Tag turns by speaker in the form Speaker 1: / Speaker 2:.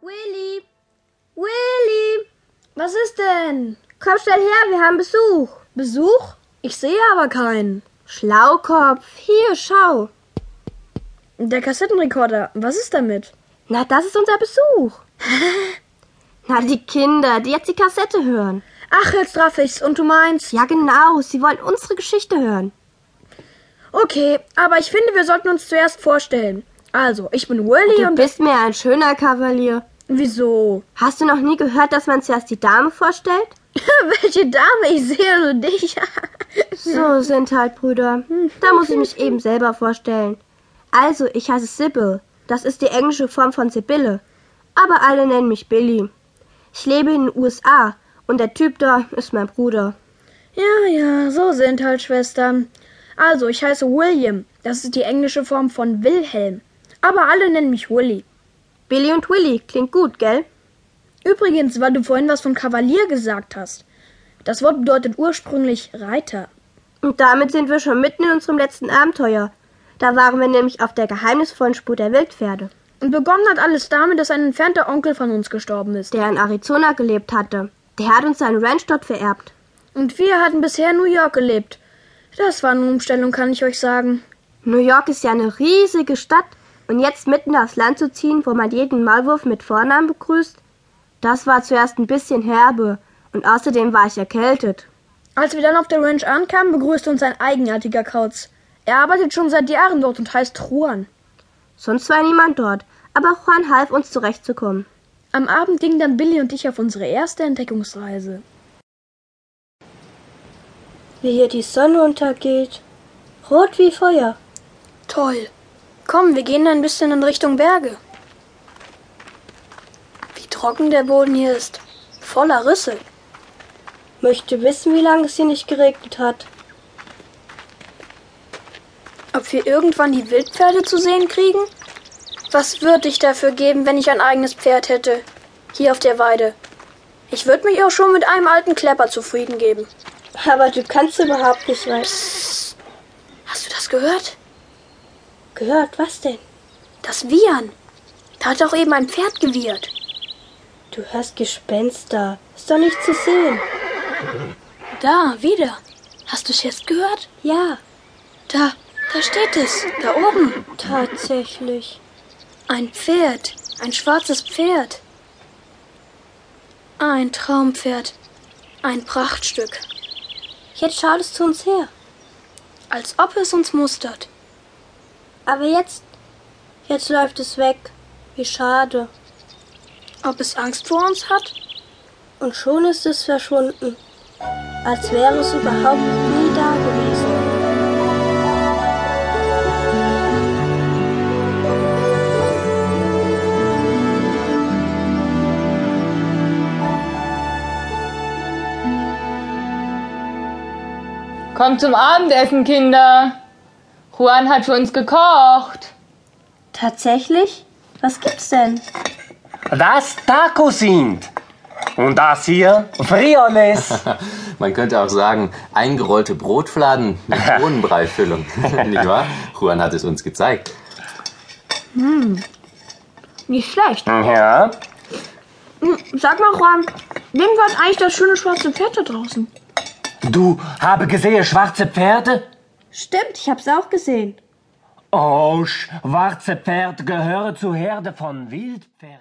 Speaker 1: Willi! Willi! Was ist denn? Komm schnell her, wir haben Besuch.
Speaker 2: Besuch? Ich sehe aber keinen.
Speaker 1: Schlaukopf, hier, schau.
Speaker 2: Der Kassettenrekorder, was ist damit?
Speaker 1: Na, das ist unser Besuch. Na, die Kinder, die jetzt die Kassette hören.
Speaker 2: Ach, jetzt raff ich's und du meinst.
Speaker 1: Ja, genau, sie wollen unsere Geschichte hören.
Speaker 2: Okay, aber ich finde, wir sollten uns zuerst vorstellen. Also, ich bin Willy
Speaker 1: Du
Speaker 2: und.
Speaker 1: bist mir ein schöner Kavalier.
Speaker 2: Wieso?
Speaker 1: Hast du noch nie gehört, dass man zuerst die Dame vorstellt?
Speaker 2: Welche Dame, ich sehe nur dich.
Speaker 1: So sind halt Brüder. Da muss ich mich eben selber vorstellen. Also, ich heiße Sybil. Das ist die englische Form von Sibylle. Aber alle nennen mich Billy. Ich lebe in den USA und der Typ da ist mein Bruder.
Speaker 2: ja, ja, so sind halt Schwestern. Also, ich heiße William. Das ist die englische Form von Wilhelm. Aber alle nennen mich Willy.
Speaker 1: Billy und Willy klingt gut, gell?
Speaker 2: Übrigens, weil du vorhin was von Kavalier gesagt hast. Das Wort bedeutet ursprünglich Reiter.
Speaker 1: Und damit sind wir schon mitten in unserem letzten Abenteuer. Da waren wir nämlich auf der geheimnisvollen Spur der Wildpferde,
Speaker 2: Und begonnen hat alles damit, dass ein entfernter Onkel von uns gestorben ist.
Speaker 1: der in Arizona gelebt hatte. Der hat uns seinen Ranch dort vererbt.
Speaker 2: Und wir hatten bisher in New York gelebt. Das war eine Umstellung, kann ich euch sagen.
Speaker 1: New York ist ja eine riesige Stadt und jetzt mitten aufs Land zu ziehen, wo man jeden Maulwurf mit Vornamen begrüßt, das war zuerst ein bisschen herbe und außerdem war ich erkältet.
Speaker 2: Als wir dann auf der Ranch ankamen, begrüßte uns ein eigenartiger Kauz. Er arbeitet schon seit Jahren dort und heißt Juan.
Speaker 1: Sonst war niemand dort, aber Juan half uns zurechtzukommen.
Speaker 2: Am Abend gingen dann Billy und ich auf unsere erste Entdeckungsreise.
Speaker 1: Wie hier die Sonne untergeht, rot wie Feuer.
Speaker 2: Toll. Komm, wir gehen ein bisschen in Richtung Berge. Wie trocken der Boden hier ist. Voller Risse.
Speaker 1: Möchte wissen, wie lange es hier nicht geregnet hat.
Speaker 2: Ob wir irgendwann die Wildpferde zu sehen kriegen? Was würde ich dafür geben, wenn ich ein eigenes Pferd hätte? Hier auf der Weide. Ich würde mich auch schon mit einem alten Klepper zufrieden geben.
Speaker 1: Aber du kannst überhaupt nicht reiten.
Speaker 2: Hast du das gehört?
Speaker 1: Gehört, was denn?
Speaker 2: Das Wiehern. Da hat auch eben ein Pferd gewiehert.
Speaker 1: Du hörst Gespenster. Ist doch nicht zu sehen.
Speaker 2: Da, wieder. Hast du es jetzt gehört?
Speaker 1: Ja,
Speaker 2: Da, da steht es. Da oben.
Speaker 1: tatsächlich.
Speaker 2: Ein Pferd, ein schwarzes Pferd. Ein Traumpferd, ein Prachtstück,
Speaker 1: Jetzt schaut es zu uns her.
Speaker 2: als ob es uns mustert.
Speaker 1: Aber jetzt, jetzt läuft es weg. Wie schade.
Speaker 2: Ob es Angst vor uns hat?
Speaker 1: Und schon ist es verschwunden. Als wäre es überhaupt nie da gewesen.
Speaker 3: Kommt zum Abendessen, Kinder. Juan hat für uns gekocht.
Speaker 1: Tatsächlich? Was gibt's denn?
Speaker 4: das Tacos sind. Und das hier Frioles.
Speaker 5: Man könnte auch sagen, eingerollte Brotfladen mit Bohnenbreifüllung. Nicht wahr? Juan hat es uns gezeigt.
Speaker 2: Nicht schlecht.
Speaker 4: ja,
Speaker 1: Hm,
Speaker 2: Sag mal, Juan, wem gehört eigentlich das schöne schwarze Pferd da draußen?
Speaker 4: du habe gesehen schwarze Pferde?
Speaker 1: Stimmt, ich hab's auch gesehen.
Speaker 4: Oh, schwarze Pferde gehören zur Herde von Wildpferden.